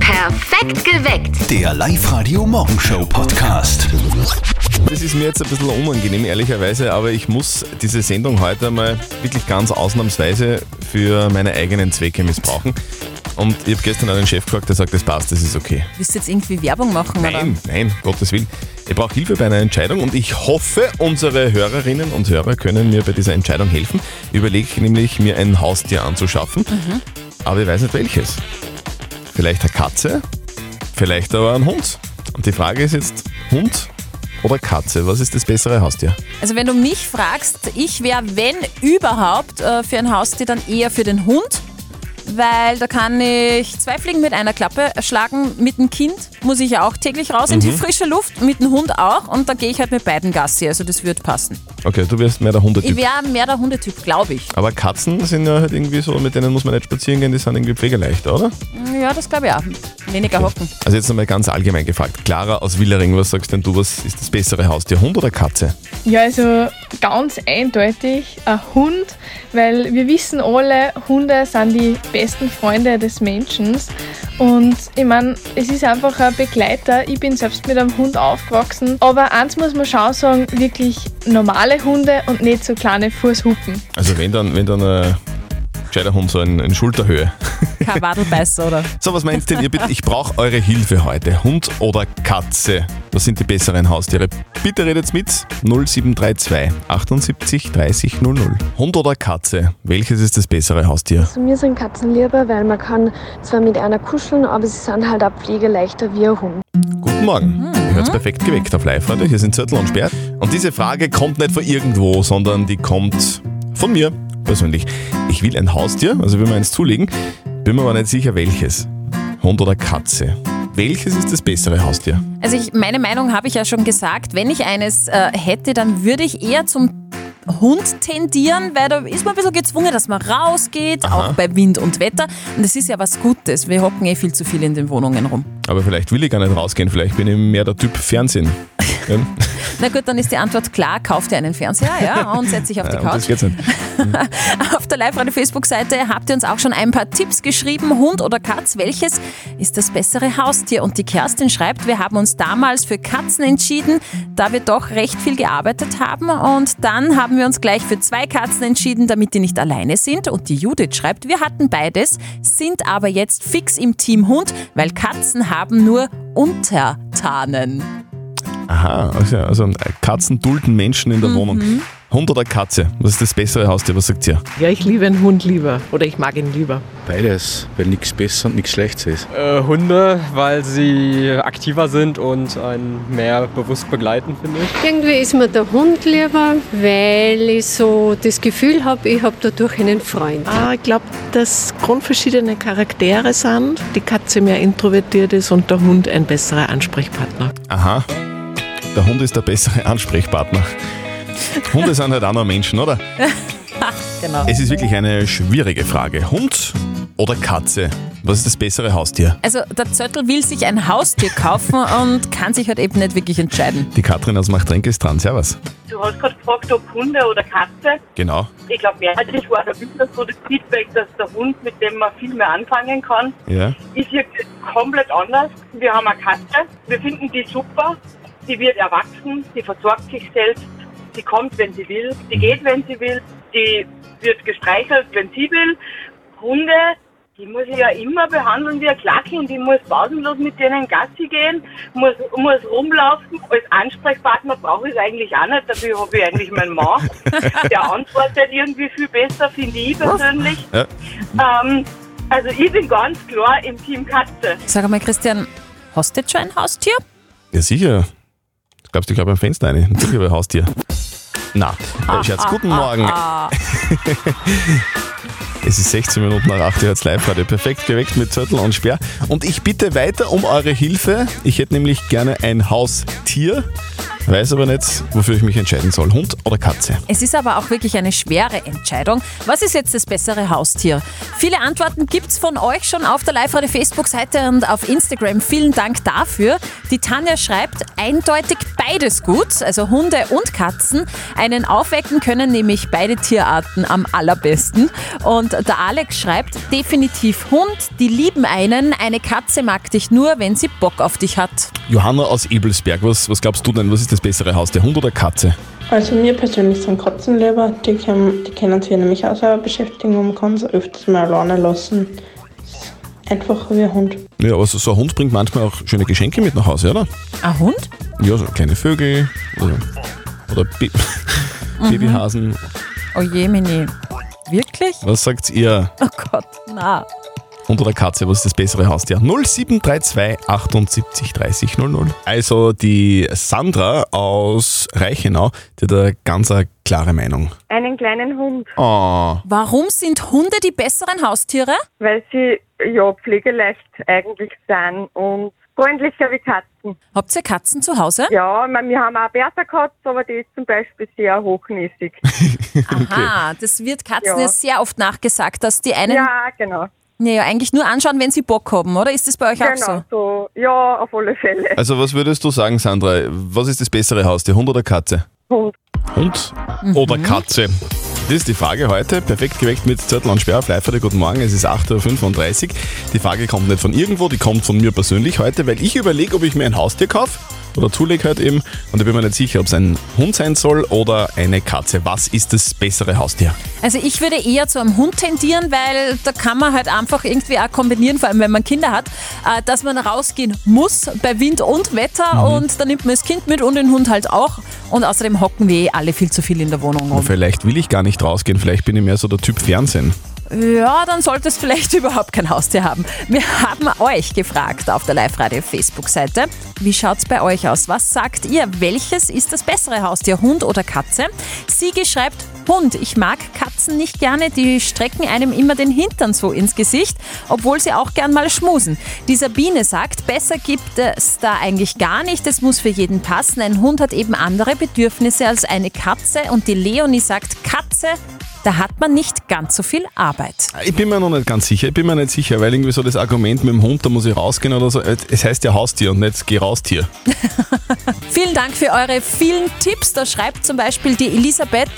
Perfekt geweckt. Der Live-Radio-Morgenshow-Podcast. Das ist mir jetzt ein bisschen unangenehm, ehrlicherweise, aber ich muss diese Sendung heute mal wirklich ganz ausnahmsweise für meine eigenen Zwecke missbrauchen. Und ich habe gestern einen Chef gefragt, der sagt, das passt, das ist okay. Willst du jetzt irgendwie Werbung machen? Nein, nein, Gottes Willen. Ich brauche Hilfe bei einer Entscheidung und ich hoffe, unsere Hörerinnen und Hörer können mir bei dieser Entscheidung helfen. Ich überlege nämlich, mir ein Haustier anzuschaffen, aber ich weiß nicht welches. Vielleicht eine Katze, vielleicht aber ein Hund. Und die Frage ist jetzt, Hund oder Katze, was ist das bessere Haustier? Oder? Also wenn du mich fragst, ich wäre, wenn überhaupt, äh, für ein Haustier dann eher für den Hund. Weil da kann ich zwei Fliegen mit einer Klappe schlagen. Mit dem Kind muss ich ja auch täglich raus in die frische Luft, mit dem Hund auch. Und da gehe ich halt mit beiden Gassi. Also das wird passen. Okay, du wärst mehr der Ich Hundetyp. wäre mehr der Hundetyp, glaube ich. Aber Katzen sind ja halt irgendwie so, mit denen muss man nicht spazieren gehen, die sind irgendwie pflegeleichter, oder? Ja, das glaube ich auch. Weniger hocken. Also jetzt nochmal ganz allgemein gefragt. Clara aus Willering, was sagst denn du, was ist das bessere Haustier, Hund oder Katze? Ja, also ganz eindeutig ein Hund, weil wir wissen alle, Hunde sind die besten Freunde des Menschen. Und ich meine, es ist einfach ein Begleiter. Ich bin selbst mit einem Hund aufgewachsen. Aber eins muss man schon sagen, wirklich normale Hunde und nicht so kleine Fußhupen. Also wenn dann, wenn dann ein gescheiter Hund so in, in Schulterhöhe. Kein Wadelbeißer, oder? So, was meinst denn ihr bitte? Ich brauche eure Hilfe heute. Hund oder Katze? Was sind die besseren Haustiere? Bitte redet's mit 0732 78 30 00. Hund oder Katze? Welches ist das bessere Haustier? Also mir sind Katzen lieber, weil man kann zwar mit einer kuscheln, aber sie sind halt auch pflegeleichter wie ein Hund. Guten Morgen. Ihr Mhm. hört's perfekt geweckt auf live heute. Hier sind Zettel und Sperr. Und diese Frage kommt nicht von irgendwo, sondern die kommt von mir persönlich. Ich will ein Haustier, also will mir eins zulegen, bin mir aber nicht sicher welches. Hund oder Katze? Welches ist das bessere Haustier? Also ich, meine Meinung habe ich ja schon gesagt. Wenn ich eines äh, hätte, dann würde ich eher zum Hund tendieren, weil da ist man ein bisschen gezwungen, dass man rausgeht, auch bei Wind und Wetter. Und das ist ja was Gutes. Wir hocken eh viel zu viel in den Wohnungen rum. Aber vielleicht will ich gar nicht rausgehen, vielleicht bin ich mehr der Typ Fernsehen. Ja, und Na gut, dann ist die Antwort klar. Kauf dir einen Fernseher ja, und setz dich auf die Äh, um das Couch. geht's nicht. Auf der Live-Radio-Facebook-Seite habt ihr uns auch schon ein paar Tipps geschrieben. Hund oder Katz, welches ist das bessere Haustier? Und die Kerstin schreibt, wir haben uns damals für Katzen entschieden, da wir doch recht viel gearbeitet haben. Und dann haben wir uns gleich für zwei Katzen entschieden, damit die nicht alleine sind. Und die Judith schreibt, wir hatten beides, sind aber jetzt fix im Team Hund, weil Katzen haben nur Untertanen. Aha, also, also Katzen dulden Menschen Mhm. in der Wohnung. Hund oder Katze? Was ist das bessere Haustier? Was sagt ihr? Ja, ich liebe einen Hund lieber oder ich mag ihn lieber. Beides, weil nichts besser und nichts schlechter ist. äh, Hunde, weil sie aktiver sind und einen mehr bewusst begleiten, finde ich. Irgendwie ist mir der Hund lieber, weil ich so das Gefühl habe, ich habe dadurch einen Freund. Ah, ich glaube, dass grundverschiedene Charaktere sind. Die Katze mehr introvertiert ist und der Hund ein besserer Ansprechpartner. Aha, der Hund ist der bessere Ansprechpartner. Hunde sind halt auch noch Menschen, oder? Genau. Es ist wirklich eine schwierige Frage. Hund oder Katze? Was ist das bessere Haustier? Also der Zöttl will sich ein Haustier kaufen und kann sich halt eben nicht wirklich entscheiden. Die Katrin aus Machtrenke ist dran. Servus. Du hast gerade gefragt, ob Hunde oder Katze. Genau. Ich glaube, mehrheitlich war da ein bisschen so das Feedback, dass der Hund, mit dem man viel mehr anfangen kann, Ja. ist hier komplett anders. Wir haben eine Katze, wir finden die super, die wird erwachsen, die versorgt sich selbst, die kommt, wenn sie will, die geht, wenn sie will, die wird gestreichelt, wenn sie will. Hunde, die muss ich ja immer behandeln wie ein Klackind, die muss pausenlos mit denen Gassi gehen, muss, muss rumlaufen. Als Ansprechpartner brauche ich es eigentlich auch nicht, dafür habe ich eigentlich meinen Mann. Der antwortet irgendwie viel besser, finde ich persönlich. Ja. Ähm, also ich bin ganz klar im Team Katze. Sag einmal, Christian, hast du jetzt schon ein Haustier? Ja, sicher. Glaubst du, ich habe ein Fenster eine? Natürlich habe ich ein Haustier. Na, äh, Scherz, guten Morgen. Es ist 16 Minuten nach 8 Uhr jetzt live heute. Perfekt geweckt mit Zettel und Sperr. Und ich bitte weiter um eure Hilfe. Ich hätte nämlich gerne ein Haustier. Weiß aber nicht, wofür ich mich entscheiden soll. Hund oder Katze? Es ist aber auch wirklich eine schwere Entscheidung. Was ist jetzt das bessere Haustier? Viele Antworten gibt's von euch schon auf der Live-Radio Facebook-Seite und auf Instagram. Vielen Dank dafür. Die Tanja schreibt eindeutig beides gut, also Hunde und Katzen. Einen aufwecken können nämlich beide Tierarten am allerbesten. Und der Alex schreibt definitiv Hund, die lieben einen. Eine Katze mag dich nur, wenn sie Bock auf dich hat. Johanna aus Ebelsberg, was, was glaubst du denn? Was ist das bessere Haus, der Hund oder Katze? Also mir persönlich sind Katzenleber, die, können- die können sich nämlich auch selber beschäftigen und man kann sie öfters mal alleine lassen. Ist Einfacher wie ein Hund. Ja, aber so so ein Hund bringt manchmal auch schöne Geschenke mit nach Hause, oder? Ein Hund? Ja, so kleine Vögel oder, oder Bi Babyhasen. Oh je, Mini. Wirklich? Was sagt ihr? Oh Gott, na. Hund oder Katze, was ist das bessere Haustier? 0732 78 30 00. Also die Sandra aus Reichenau, die hat eine ganz eine klare Meinung. Einen kleinen Hund, Oh, Warum sind Hunde die besseren Haustiere? weil sie ja pflegeleicht eigentlich sind und freundlicher wie Katzen. Habt ihr Katzen zu Hause? Ja, ich meine, wir haben auch Bertha gehabt, aber die ist zum Beispiel sehr hochnäsig. Aha, das wird Katzen Ja. ja sehr oft nachgesagt, dass die einen ja. ja, genau. Naja, eigentlich nur anschauen, wenn sie Bock haben, oder? Ist das bei euch auch Genau, so? so. Ja, auf alle Fälle. also was würdest du sagen, Sandra? Was ist das bessere Haustier, Hund oder Katze? Hund. Hund oder Katze? Das ist die Frage heute. Perfekt geweckt mit Zettel und Sperr auf live heute. Guten Morgen, es ist 8.35 Uhr. Die Frage kommt nicht von irgendwo, die kommt von mir persönlich heute, weil ich überlege, ob ich mir ein Haustier kaufe oder zulege halt eben. Und ich bin mir nicht sicher, ob es ein Hund sein soll oder eine Katze. Was ist das bessere Haustier? Also ich würde eher zu einem Hund tendieren, weil da kann man halt einfach irgendwie auch kombinieren, vor allem wenn man Kinder hat, äh, dass man rausgehen muss bei Wind und Wetter Mhm. und dann nimmt man das Kind mit und den Hund halt auch. Und außerdem hocken wir eh alle viel zu viel in der Wohnung rum. Vielleicht will ich gar nicht rausgehen, vielleicht bin ich mehr so der Typ Fernsehen. Ja, dann solltest vielleicht überhaupt kein Haustier haben. Wir haben euch gefragt auf der Live-Radio-Facebook-Seite. Wie schaut's bei euch aus? Was sagt ihr? Welches ist das bessere Haustier, Hund oder Katze? Siege schreibt Hund. Ich mag Katzen nicht gerne. Die strecken einem immer den Hintern so ins Gesicht, obwohl sie auch gern mal schmusen. Die Sabine sagt, besser gibt es da eigentlich gar nicht. Es muss für jeden passen. Ein Hund hat eben andere Bedürfnisse als eine Katze. Und die Leonie sagt, Katze da hat man nicht ganz so viel Arbeit. Ich bin mir noch nicht ganz sicher, ich bin mir nicht sicher, weil irgendwie so das Argument mit dem Hund, da muss ich rausgehen oder so, es heißt ja Haustier und nicht geh raus Tier. Vielen Dank für eure vielen Tipps. Da schreibt zum Beispiel die Elisabeth,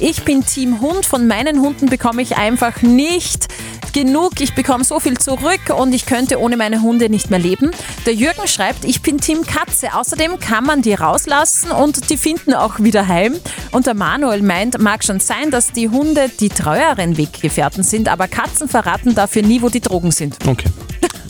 ich bin Team Hund, von meinen Hunden bekomme ich einfach nicht genug. Ich bekomme so viel zurück und ich könnte ohne meine Hunde nicht mehr leben. Der Jürgen schreibt, ich bin Team Katze. Außerdem kann man die rauslassen und die finden auch wieder heim. Und der Manuel meint, mag schon sein, dass die Hunde die treueren Weggefährten sind, aber Katzen verraten dafür nie, wo die Drogen sind. Okay.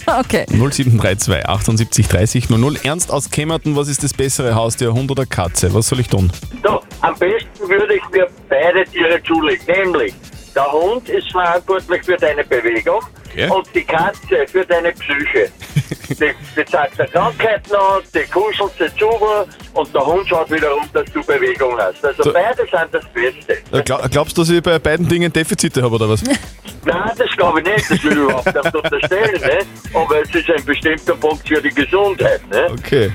Okay. 0732 78 30 00. Ernst aus Kämmerten, was ist das bessere Haustier, Hund oder Katze? Was soll ich tun? Da, am besten würde ich mir beide Tiere zulegen. Nämlich, der Hund ist verantwortlich für deine Bewegung Okay. und die Katze für deine Psyche. die, die zeigt dir Krankheiten an, die kuschelt sie zu und der Hund schaut wiederum, dass du Bewegung hast. Also So. beide sind das Beste. Äh, gla- Glaubst du, dass ich bei beiden Dingen Defizite habe oder was? Nein, das glaube ich nicht, das will ich überhaupt nicht unterstellen. Ne? Aber es ist ein bestimmter Punkt für die Gesundheit. Ne? Okay.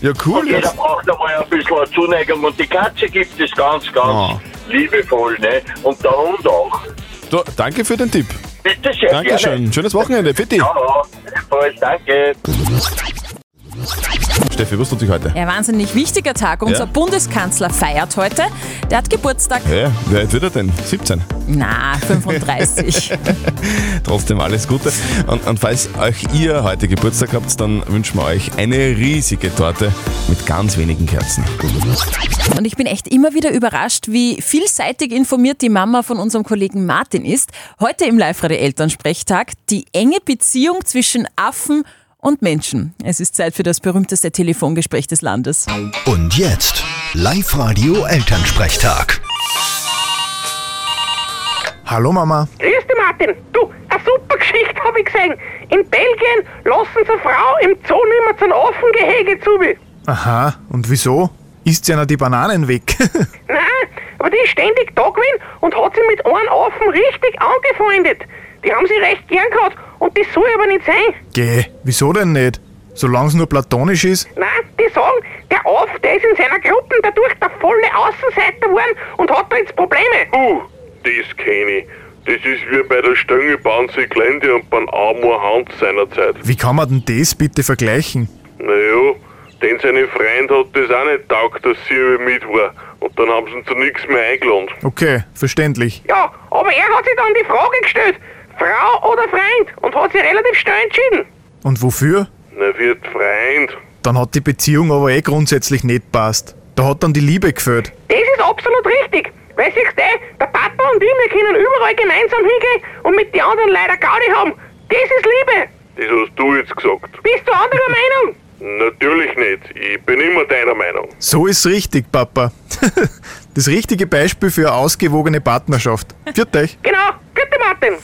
Ja, Und cool. jeder Ja. braucht einmal ein bisschen eine Zuneigung und die Katze gibt es ganz, ganz Ah. liebevoll, ne? Und der Hund auch. Du, danke für den Tipp. Bitte sehr gerne. Dankeschön. Schönes Wochenende. Fitti. Ja, ebenfalls, danke. Steffi, was tut sich heute? Ja, wahnsinnig wichtiger Tag. Unser Ja. Bundeskanzler feiert heute. Der hat Geburtstag. Hä? Wer alt wird er denn? 17. Na, 35. Trotzdem alles Gute. Und, und falls euch ihr heute Geburtstag habt, dann wünschen wir euch eine riesige Torte mit ganz wenigen Kerzen. Und ich bin echt immer wieder überrascht, wie vielseitig informiert die Mama von unserem Kollegen Martin ist. Heute im Live-Radio Elternsprechtag die enge Beziehung zwischen Affen und Menschen. Es ist Zeit für das berühmteste Telefongespräch des Landes. Und jetzt, Live-Radio Elternsprechtag. Hallo Mama. Grüß dich, Martin. Du, eine super Geschichte habe ich gesehen. In Belgien lassen sie eine Frau im Zoo nicht mehr zu einem Affengehege zu. Aha, und wieso? Isst ja noch die Bananen weg. Nein, aber die ist ständig da gewesen und hat sie mit einem Affen richtig angefreundet. Die haben sie recht gern gehabt und das soll aber nicht sein. Geh, wieso denn nicht? Solange es nur platonisch ist. Nein, die sagen, der Aff, der ist ist in seiner Gruppe dadurch der volle Außenseiter geworden und hat da jetzt Probleme. Uh, das kenne ich. Das ist wie bei der Stange beim Glende und beim Amor Hans seinerzeit. Wie kann man denn das bitte vergleichen? Naja, denn seine Freund hat das auch nicht taugt, dass sie eben mit war. Und dann haben sie ihn zu nichts mehr eingeladen. Okay, verständlich. Ja, aber er hat sich dann die Frage gestellt, Frau oder Freund, und hat sich relativ schnell entschieden. Und wofür? Na, wird Freund. Dann hat die Beziehung aber eh grundsätzlich nicht passt. Da hat dann die Liebe gefehlt. Das ist absolut richtig. Weil siehst du, der Papa und ich, wir können überall gemeinsam hingehen und mit den anderen leider Gaudi haben. Das ist Liebe. Das hast du jetzt gesagt. Bist du anderer Meinung? Natürlich nicht. Ich bin immer deiner Meinung. So ist richtig, Papa. das richtige Beispiel für eine ausgewogene Partnerschaft. Viert euch. Genau. Gute Martin.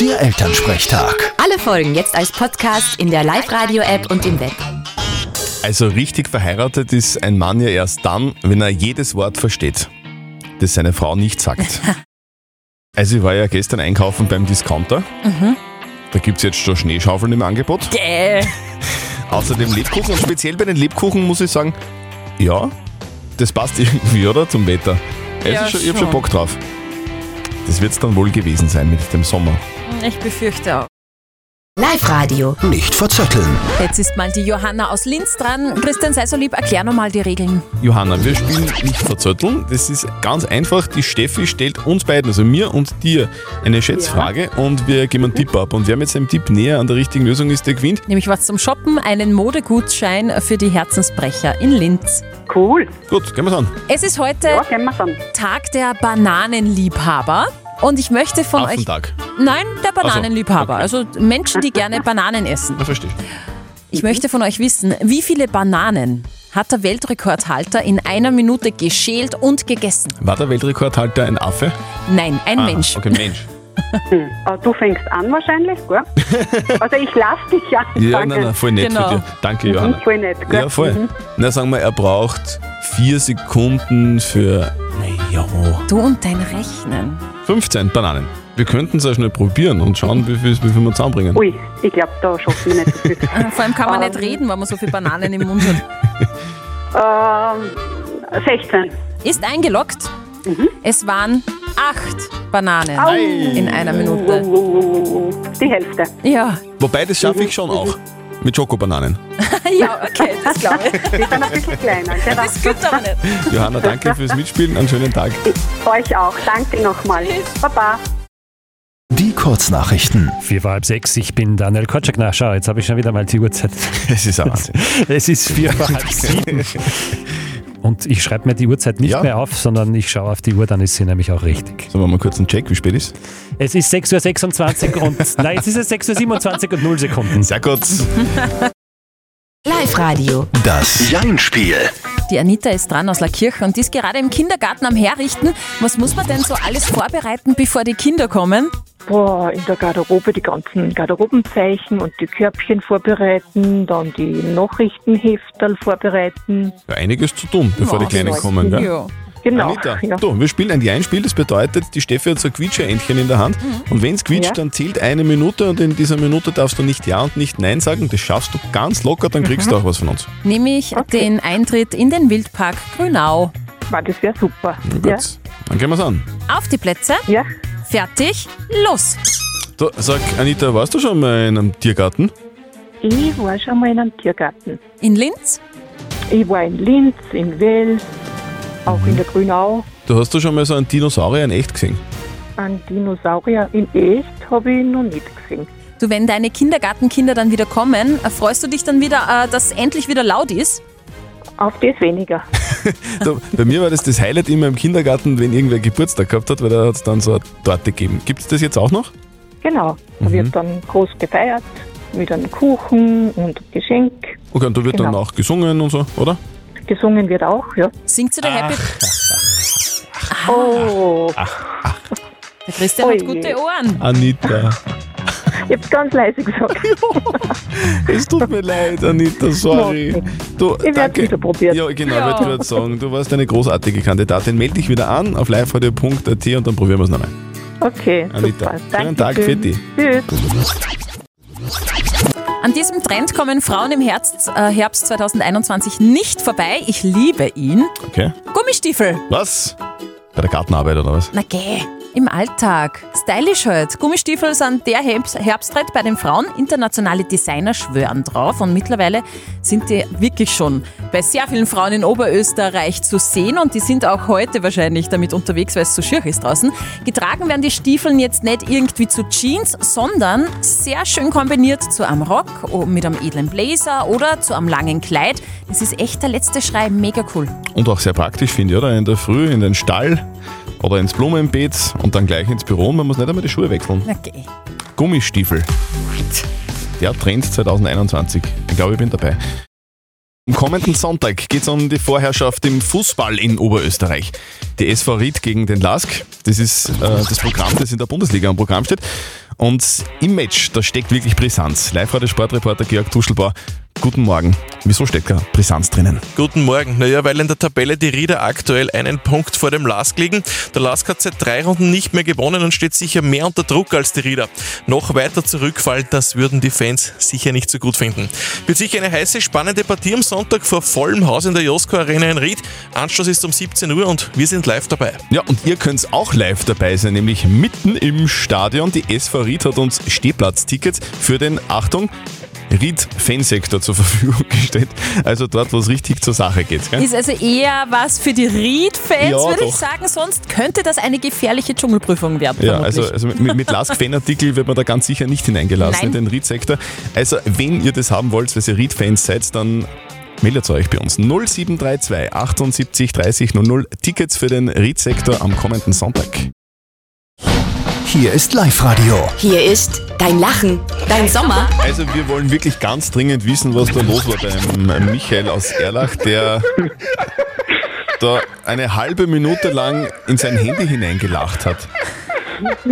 Der Elternsprechtag. Alle Folgen jetzt als Podcast in der Live-Radio-App und im Web. Also richtig verheiratet ist ein Mann ja erst dann, wenn er jedes Wort versteht, das seine Frau nicht sagt. also ich war ja gestern einkaufen beim Discounter. Mhm. Da gibt es jetzt schon Schneeschaufeln im Angebot. Gäh. Außerdem Lebkuchen. Und speziell bei den Lebkuchen muss ich sagen, ja, das passt irgendwie, oder? Zum Wetter. Also Ja, schon, ich habe schon. schon Bock drauf. Das wird es dann wohl gewesen sein mit dem Sommer. Ich befürchte auch. Live-Radio. Nicht verzetteln. Jetzt ist mal die Johanna aus Linz dran. Christian, sei so lieb, erklär nochmal die Regeln. Johanna, wir spielen nicht verzötteln. Das ist ganz einfach. Die Steffi stellt uns beiden, also mir und dir, eine Schätzfrage und wir geben einen Tipp ab. Und wer mit seinem Tipp näher an der richtigen Lösung ist, der gewinnt. Nämlich was zum Shoppen, einen Modegutschein für die Herzensbrecher in Linz. Cool. Gut, gehen wir's an. Es ist heute Tag der Bananenliebhaber. Und ich möchte von euch. Affentag. Nein, der Ach so, Bananenliebhaber. Also Menschen, die gerne Bananen essen. Na, verstehe. Mhm. Ich möchte von euch wissen, wie viele Bananen hat der Weltrekordhalter in einer Minute geschält und gegessen? War der Weltrekordhalter ein Affe? Nein, ein Ah, Mensch. Okay, Mensch. Hm, aber du fängst an wahrscheinlich, gell? Also ich lasse dich an. Ja, danke. nein, nein, voll nett von dir. Danke, Mhm, Johanna. Voll nett, gell? Ja, voll. Mhm. Na, sagen wir, er braucht vier Sekunden für, naja, Du und dein Rechnen. 15 Bananen. Wir könnten es ja schnell probieren und schauen, wie viel, wie viel wir zusammenbringen. Ui, ich glaube, da schaffen wir nicht so viel. Ah, Vor allem kann man nicht reden, wenn man so viele Bananen im Mund hat. Ähm, 16. Ist eingeloggt. Mhm. Es waren acht Bananen Au. in einer Minute. Die Hälfte. Ja. Wobei, das schaffe ich schon Mhm. auch. Mit Schokobananen. ja, okay, das glaube ich. Die sind ein bisschen kleiner. Genau. Das gibt aber nicht. Johanna, danke fürs Mitspielen. Einen schönen Tag. Euch auch. Danke nochmal. Baba. Die Kurznachrichten. Vier vor halb sechs, ich bin Daniel Kotschek. Na, schau, jetzt habe ich schon wieder mal die Uhrzeit. Es ist ein Wahnsinn. Es ist vier vor halb sieben. Und ich schreibe mir die Uhrzeit nicht mehr auf, sondern ich schaue auf die Uhr, dann ist sie nämlich auch richtig. Sollen wir mal kurz einen Check, wie spät ist? Es ist 6.26 Uhr und. Nein, jetzt ist es 6.27 Uhr und 0 Sekunden. Sehr gut. Live-Radio. Das Jein-Spiel. Die Anita ist dran aus La Kirche und die ist gerade im Kindergarten am Herrichten. Was muss man denn so alles vorbereiten, bevor die Kinder kommen? Boah, in der Garderobe die ganzen Garderobenzeichen und die Körbchen vorbereiten, dann die Nachrichtenhefterl vorbereiten. Ja, einiges zu tun, bevor die Kleinen kommen. Gell? Genau. Anita, du, wir spielen ein Jeinspiel, das bedeutet, die Steffi hat so ein Quietscher-Entchen in der Hand und wenn es quietscht, Mhm. Ja. dann zählt eine Minute und in dieser Minute darfst du nicht Ja und nicht Nein sagen. Das schaffst du ganz locker, dann kriegst Mhm. du auch was von uns. Nämlich den Eintritt in den Wildpark Grünau. Das wäre super. Na gut, dann gehen wir's an. Auf die Plätze. Ja. Fertig, los. Du, sag, Anita, warst du schon mal in einem Tiergarten? Ich war schon mal in einem Tiergarten. In Linz? Ich war in Linz, in Wels, auch in der Grünau. Du hast du schon mal so einen Dinosaurier in echt gesehen? Ein Dinosaurier in echt habe ich noch nicht gesehen. Du, wenn deine Kindergartenkinder dann wieder kommen, freust du dich dann wieder, äh, dass endlich wieder laut ist? Auf das weniger. Du, bei mir war das das Highlight immer im Kindergarten, wenn irgendwer Geburtstag gehabt hat, weil da hat's dann so eine Torte gegeben. Gibt's das jetzt auch noch? Genau. Da Mhm. wird dann groß gefeiert mit einem Kuchen und Geschenk. Okay, und da wird dann Genau. auch gesungen und so, oder? Gesungen wird auch, ja. Singt sie der Happy? Ah. Oh, Der Christian Ui. hat gute Ohren. Anita. ich hab's ganz leise gesagt. Es tut mir leid, Anita, sorry. Du, ich danke. wieder probiert. Ja, genau, Ja. ja. wollte gerade sagen, du warst eine großartige Kandidatin. Meld dich wieder an auf liveradio.at und dann probieren wir es nochmal. Okay, Anita, super. schönen Tag, Dankeschön. Fitti. Tschüss. An diesem Trend kommen Frauen im Herbst, äh, Herbst 2021 nicht vorbei. Ich liebe ihn. Okay. Gummistiefel. Was? Bei der Gartenarbeit oder was? Na geh, im Alltag. Stylisch halt. Gummistiefel sind der Herbst- Herbsttrend bei den Frauen. Internationale Designer schwören drauf und mittlerweile sind die wirklich schon bei sehr vielen Frauen in Oberösterreich zu sehen und die sind auch heute wahrscheinlich damit unterwegs, weil es so schier ist draußen. Getragen werden die Stiefeln jetzt nicht irgendwie zu Jeans, sondern sehr schön kombiniert zu einem Rock oh, mit einem edlen Blazer oder zu einem langen Kleid. Das ist echt der letzte Schrei. Mega cool. Und auch sehr praktisch, finde ich, oder? In der Früh, in den Stall oder ins Blumenbeet und dann gleich ins Büro und man muss nicht einmal die Schuhe wechseln. Okay. Gummistiefel. Der Trend 2021. Ich glaube, ich bin dabei. Am kommenden Sonntag geht es um die Vorherrschaft im Fußball in Oberösterreich. Die SV Ried gegen den Lask. Das ist äh, das Programm, das in der Bundesliga am Programm steht. Und im Match, da steckt wirklich Brisanz. Live war der Sportreporter Georg Tuschelbauer. Guten Morgen. Wieso steckt da Brisanz drinnen? Guten Morgen. Naja, weil in der Tabelle die Rieder aktuell einen Punkt vor dem Lask liegen. Der Lask hat seit drei Runden nicht mehr gewonnen und steht sicher mehr unter Druck als die Rieder. Noch weiter zurückfallen, das würden die Fans sicher nicht so gut finden. Wird sicher eine heiße, spannende Partie am Sonntag vor vollem Haus in der Josko Arena in Ried. Anschluss ist um 17 Uhr und wir sind live dabei. Ja, und ihr könnt auch live dabei sein, nämlich mitten im Stadion. Die SV Ried hat uns Stehplatztickets für den, Achtung, Ried-Fansektor zur Verfügung gestellt. Also dort, wo es richtig zur Sache geht. Gell? Ist also eher was für die Reed-Fans, Ja, würde ich doch. sagen. Sonst könnte das eine gefährliche Dschungelprüfung werden. Ja, vermutlich. also, also mit, mit Lask-Fanartikel wird man da ganz sicher nicht hineingelassen in den Ried-Sektor. Also, wenn ihr das haben wollt, weil ihr Ried-Fans seid, dann meldet euch bei uns. 0732 78 30 00 Tickets für den Ried-Sektor am kommenden Sonntag. Hier ist Live-Radio. Hier ist dein Lachen, äh, dein Sommer. Also wir wollen wirklich ganz dringend wissen, was da los war beim Michael aus Erlach, der da eine halbe Minute lang in sein Handy hineingelacht hat.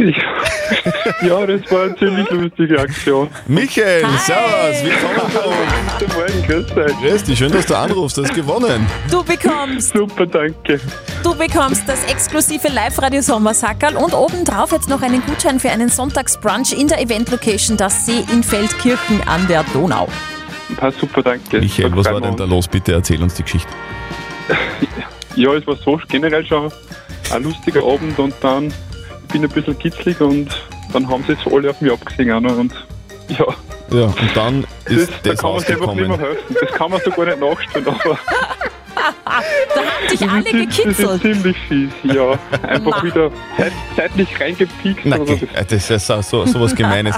Ja, das war eine ziemlich lustige Aktion. Michael, servus, willkommen bei uns. Guten Morgen, grüß euch. Grüß dich, schön, dass du anrufst, du hast gewonnen. Du bekommst, Super, danke. du bekommst das exklusive Live-Radio Sommersackerl und obendrauf jetzt noch einen Gutschein für einen Sonntagsbrunch in der Event-Location das See in Feldkirchen an der Donau. Passt Ah, super, danke. Michael, Da was war freuen wir denn da los? Bitte erzähl uns die Geschichte. Ja, es war so generell schon ein lustiger Abend und dann bin ich ein bisschen kitzlig und dann haben sie jetzt alle auf mich abgesehen. auch noch Und ja, Ja, und dann ist da das, kann man sich einfach nicht mehr rausgekommen. helfen. Das kann man so gar nicht nachstellen, aber Da haben dich das alle ist, das ist gekitzelt. ziemlich fies. Ja, einfach wieder zeit, zeitlich reingepiekt. Na, also geh, das ist auch so, so was Gemeines.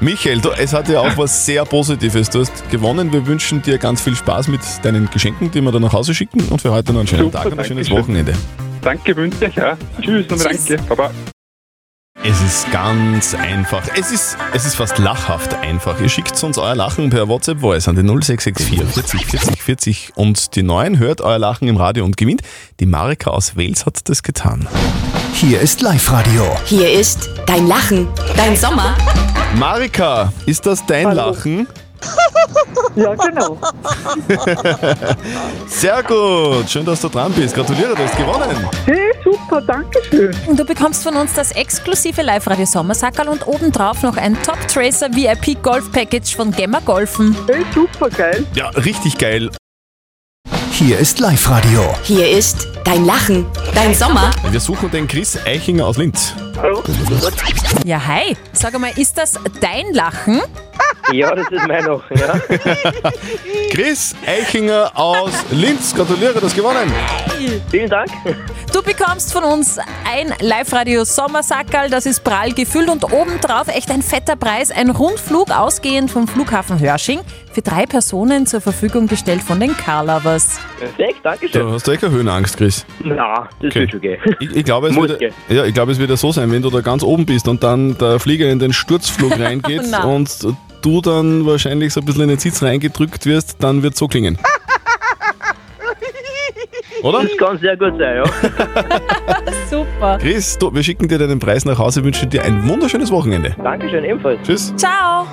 Michael, du, es hat ja auch was sehr Positives. Du hast gewonnen. Wir wünschen dir ganz viel Spaß mit deinen Geschenken, die wir dann nach Hause schicken. Und für heute noch einen schönen Super, Tag und ein danke schönes schön. Wochenende. Danke, wünsche ich ja. Tschüss und danke. Baba. Es ist ganz einfach. Es ist, es ist fast lachhaft einfach. Ihr schickt uns euer Lachen per WhatsApp-Voice an die 0664 40 40 40 und die 9 hört euer Lachen im Radio und gewinnt. Die Marika aus Wales hat das getan. Hier ist Live-Radio. Hier ist dein Lachen, dein Sommer. Marika, ist das dein Lachen? Ja, genau. Sehr gut. Schön, dass du dran bist. Gratuliere, du hast gewonnen. Hey, super, danke schön. Und du bekommst von uns das exklusive Live-Radio Sommersackerl und obendrauf noch ein Top Tracer VIP Golf Package von Gemma Golfen. Hey, super geil. Ja, richtig geil. Hier ist Live-Radio. Hier ist dein Lachen, dein Sommer. Wir suchen den Chris Eichinger aus Linz. Hallo. Ja, hi. Sag einmal, ist das dein Lachen? Ja, das ist mein noch, ja. Chris Eichinger aus Linz. Gratuliere, du hast gewonnen. Vielen Dank. Du bekommst von uns ein Live-Radio Sommersackerl, das ist prall gefüllt und obendrauf echt ein fetter Preis, ein Rundflug ausgehend vom Flughafen Hörsching für drei Personen zur Verfügung gestellt von den Carlovers. Perfekt, danke schön. Du hast du eh keine Höhenangst, Chris. Na, das Okay. wird schon gehen. Ich, ich glaube, es Muss wird, gehen. ja, ich glaube, es wird ja so sein, wenn du da ganz oben bist und dann der Flieger in den Sturzflug reingeht Nein. und du dann wahrscheinlich so ein bisschen in den Sitz reingedrückt wirst, dann wird es so klingen. Ah. Oder? Das kann sehr gut sein, ja. Super. Chris, du, wir schicken dir deinen Preis nach Hause, wünschen dir ein wunderschönes Wochenende. Dankeschön, ebenfalls. Tschüss. Ciao.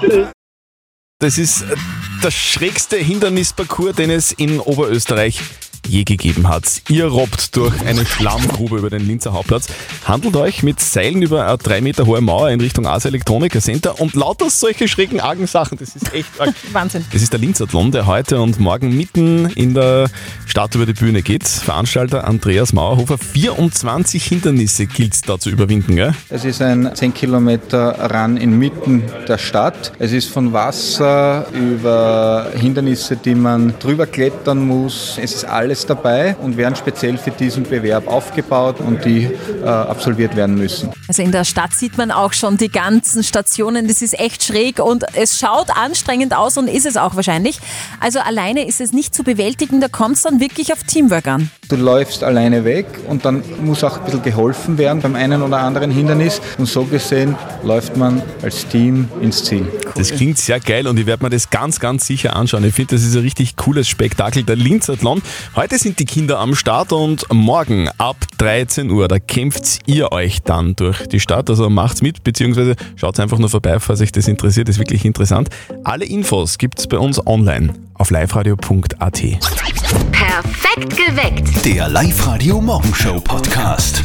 Das ist äh, der schrägste Hindernisparcours, den es in Oberösterreich je gegeben hat. Ihr robbt durch eine Schlammgrube über den Linzer Hauptplatz, handelt euch mit Seilen über eine 3 Meter hohe Mauer in Richtung Asa Electronica Center und lauter solche schrägen, argen Sachen. Das ist echt arg. Wahnsinn. Das ist der Linzathlon, der heute und morgen mitten in der Stadt über die Bühne geht. Veranstalter Andreas Mauerhofer, 24 Hindernisse gilt es da zu überwinden, gell? Es ist ein 10 Kilometer Run inmitten der Stadt. Es ist von Wasser über Hindernisse, die man drüber klettern muss. Es ist alles dabei und werden speziell für diesen Bewerb aufgebaut und die äh, absolviert werden müssen. Also in der Stadt sieht man auch schon die ganzen Stationen. Das ist echt schräg und es schaut anstrengend aus und ist es auch wahrscheinlich. Also alleine ist es nicht zu bewältigen. Da kommt es dann wirklich auf Teamwork an. Du läufst alleine weg und dann muss auch ein bisschen geholfen werden beim einen oder anderen Hindernis. Und so gesehen läuft man als Team ins Ziel. Das klingt sehr geil und ich werde mir das ganz, ganz sicher anschauen. Ich finde, das ist ein richtig cooles Spektakel, der Linzathlon. Heute sind die Kinder am Start und morgen ab 13 Uhr, da kämpft ihr euch dann durch die Stadt. Also macht's mit, beziehungsweise schaut einfach nur vorbei, falls euch das interessiert. Das ist wirklich interessant. Alle Infos gibt's bei uns online auf liveradio.at. Perfekt geweckt. Der Live-Radio Morgenshow Podcast.